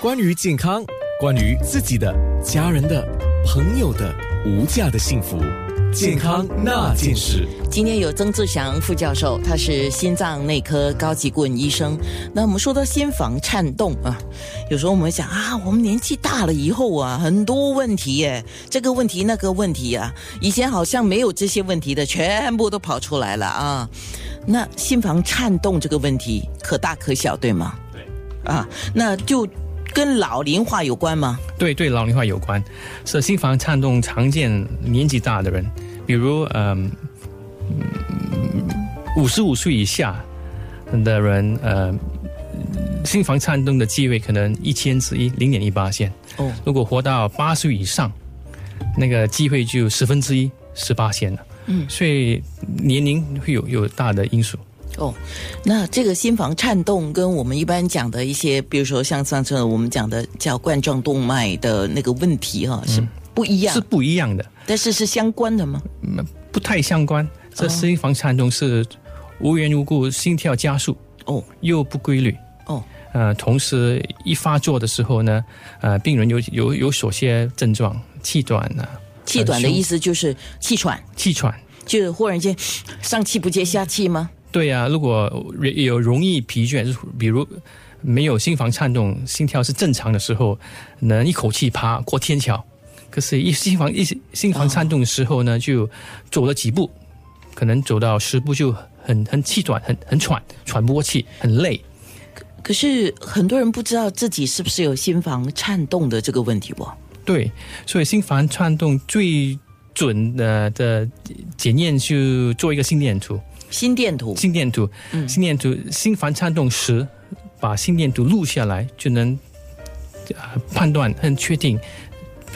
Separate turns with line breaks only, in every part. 关于健康，关于自己的、家人的、朋友的无价的幸福，健康那件事。
今天有曾志祥副教授，他是心脏内科高级顾问医生。那我们说到心房颤动啊，有时候我们想啊，我们年纪大了以后啊，很多问题耶，这个问题那个问题啊，以前好像没有这些问题的，全部都跑出来了啊。那心房颤动这个问题可大可小，对吗？
对。
啊，那就跟老龄化有关吗？
对对，老龄化有关，是心房颤动常见年纪大的人，比如嗯，五十五岁以下的人，呃，心房颤动的机会可能一千之一，零点一八线。
哦，
如果活到八岁以上，那个机会就十分之一，十八线了。
嗯
所以年龄会有有大的因素。
哦，那这个心房颤动跟我们一般讲的一些，比如说像上次我们讲的叫冠状动脉的那个问题哈、是不一样，
是不一样的，
但是是相关的吗？
不太相关。这心房颤动是无缘无故心跳加速，
哦
又不规律。
哦，
呃，同时一发作的时候呢，呃，病人有有有所些症状，气短啊，
气短的意
思，
思就是气喘，
气喘。
就是忽然间上气不接下气吗？
对啊，如果有容易疲倦，就是比如没有心房颤动，心跳是正常的时候，能一口气爬过天桥。可是，一心房一心房颤动的时候呢，就走了几步，可能走到十步就很很气短，很很喘，喘不过气，很累。
可是很多人不知道自己是不是有心房颤动的这个问题哦。
对，所以心房颤动最准的的检验就做一个心电图，
心电图
心电图，
嗯
心电图，心房颤动时，把心电图录下来，就能、呃、判断和确定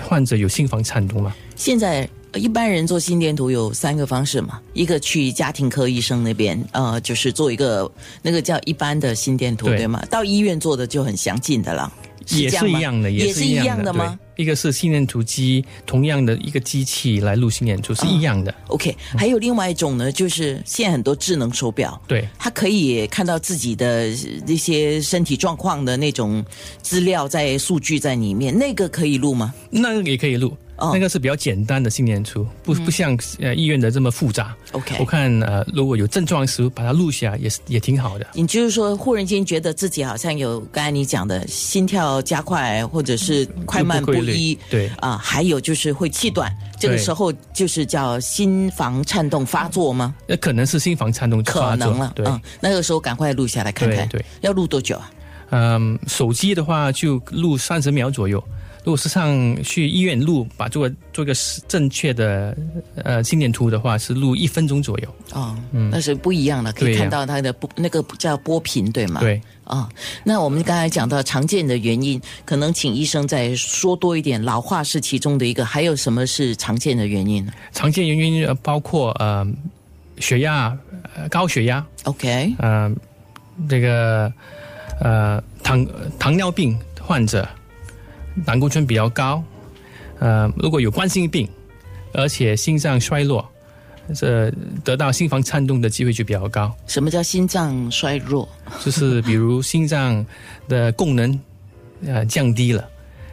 患者有心房颤动吗？
现在呃一般人做心电图有三个方式嘛，一个去家庭科医生那边，呃，就是做一个那个叫一般的心电图，对
对
吗？到医院做的就很详尽的了，
也
这
是
样吗
一样的，
也
是
一
一
样
样
的吗？
对一个是心电图机，同样的一个机器来录心电
哦
图是一样的，
？OK，还有另外一种呢，就是现在很多智能手表。
对。
它可以看到自己的呃那些身体状况的那种资料在数据在里面，那个可以录吗？
那个也可以录，
哦嗯
那个是比较简单的心电图，不不像呃医院的这么复杂。
OK
我看呃如果有症状时把它录下来也是也挺好的。
你就是说，忽然间觉得自己好像有刚才你讲的心跳加快，或者是快慢嗯不
又不规
一
律，对
啊、还有就是会气短，这个
对
时候就是叫心房颤动发作吗？
那可能是心房颤动
可
发作，
能了，
对，
嗯，那个时候赶快录下来看看，
对对
要录多久啊？
嗯，手机的话就录三十秒左右。如果是上去医院录，把做个做个正确的呃心电图的话，是录一分钟左右。
哦，
嗯
那是不一样的，可以
对呀
看到它的波那个叫波频，对吗？
对，
啊、那我们刚才讲到常见的原因，可能请医生再说多一点，老化是其中的一个，还有什么是常见的原因呢
常见原因呃包括呃血压、呃高血压，
？OK，
呃，这个呃糖糖尿病患者，胆固醇比较高，呃，如果有冠心病，而且心脏衰弱，这得到心房颤动的机会就比较高。
什么叫心脏衰弱？
就是比如心脏的功能呃降低了，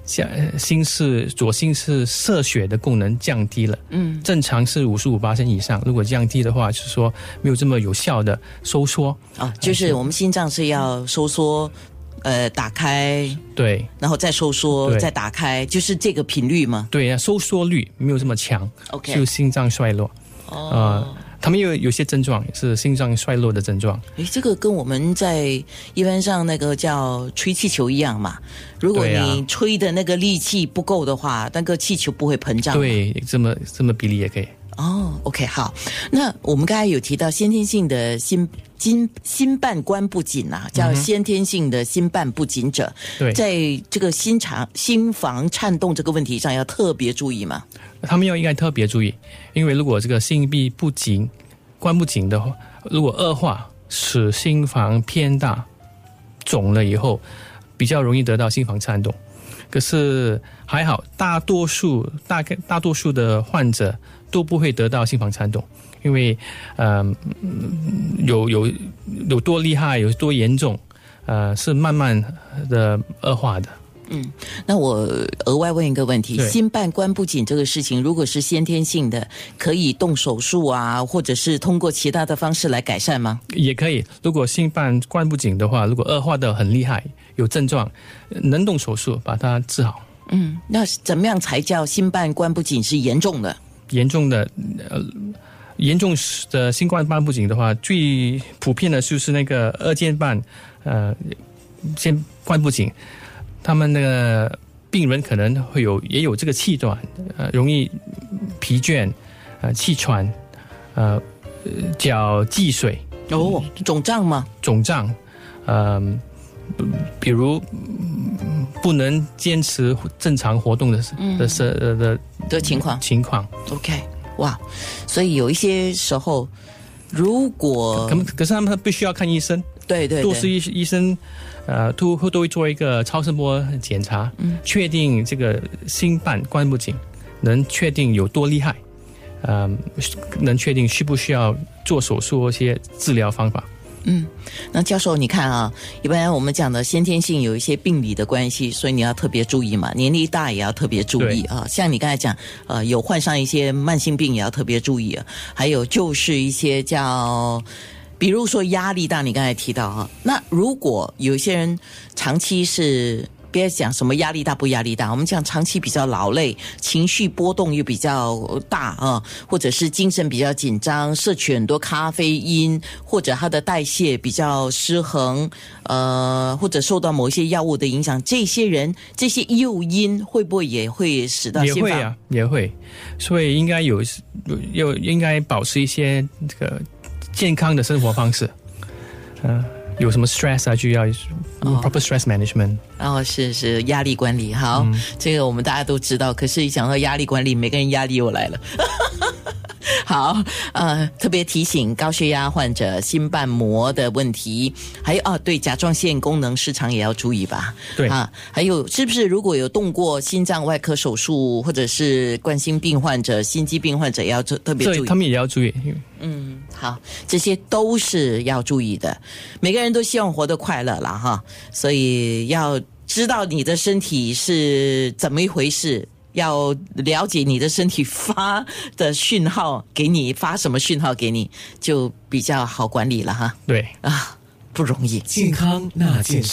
下心室左心室射血的功能降低了，
嗯，
正常是五十五八升以上，如果降低的话，就是说没有这么有效的收缩，
啊，
哎
就是我们心脏是要收缩，呃，打开，
对
然后再收缩，
对
再打开，就是这个频率吗
对啊，收缩率没有这么强就
？OK，
心脏衰弱，
哦
呃，他们有有些症状是心脏衰弱的症状，
诶，这个跟我们在一般上那个叫吹气球一样嘛。如果
对啊
你吹的那个力气不够的话，那个气球不会膨胀。，
对，这么这么比例也可以。
哦，OK，好。那我们刚才有提到先天性的心心心瓣冠不紧啊，叫先天性的心瓣不紧者，
嗯对
在这个心肠心房颤动这个问题上要特别注意嘛。
他们要应该特别注意，因为如果这个心壁不紧、关不紧的话，如果恶化使心房偏大、肿了以后，比较容易得到心房颤动。可是还好，大多数大概大多数的患者都不会得到心房颤动，因为呃嗯有有有多厉害，有多严重，呃是慢慢的恶化的。
那我额外问一个问题：
对
心瓣关不紧这个事情，如果是先天性的，可以动手术啊，或者是通过其他的方式来改善吗？
也可以。如果性瓣灌不紧的话，如果恶化的很厉害，有症状，呃能动手术把它治好。
嗯，那怎么样才叫心瓣关不紧是严重的？
严重的呃，严重的新冠瓣不紧的话，最普遍的就是那个二尖瓣呃先冠不紧，他们那个病人可能会有也有这个气短，呃，容易疲倦，呃，气喘，呃，呃脚积水。
哦，肿胀吗？
肿胀，嗯、比如嗯不能坚持正常活动的
嗯
的的的
的情况
情况。
？OK，哇，所以有一些时候，如果
可可是他们必须要看医生，
对哦对
杜氏
对，
医医生，呃，都会都会做一个超声波检查，
嗯
确定这个心瓣关不紧，能确定有多厉害，嗯、能确定需不需要做手术或一些治疗方法。
那教授你看啊，一般我们讲的先天性有一些病理的关系，所以你要特别注意嘛，年龄大也要特别注意啊。像你刚才讲，呃，有患上一些慢性病也要特别注意啊，还有就是一些叫。比如说压力大，你刚才提到啊，那如果有一些人长期是别讲什么压力大不压力大，我们讲长期比较劳累，情绪波动又比较大啊，或者是精神比较紧张，摄取很多咖啡因，或者他的代谢比较失衡，呃，或者受到某一些药物的影响，这些人这些诱因会不会也会使到
也
心
会
房？
啊，也会，所以应该有有应该保持一些这个健康的生活方式，嗯、有什么 stress 啊，就要、proper stress management。
哦，是是压力管理，好，这个我们大家都知道。可是，一想到压力管理，每个人压力又来了。 好，呃，特别提醒高血压患者心瓣膜的问题，还有啊，对甲状腺功能失常也要注意吧。
对
啊，还有是不是如果有动过心脏外科手术，或者是冠心病患者、心肌病患者，也要特特别注
这
意
他。们也要注意，因为
嗯，好，这些都是要注意的。每个人都希望活得快乐啦，哈，所以要知道你的身体是怎么一回事。要了解你的身体发的讯号，给你发什么讯号给你，就比较好管理了哈
对。
啊，不容易。
健康那件事。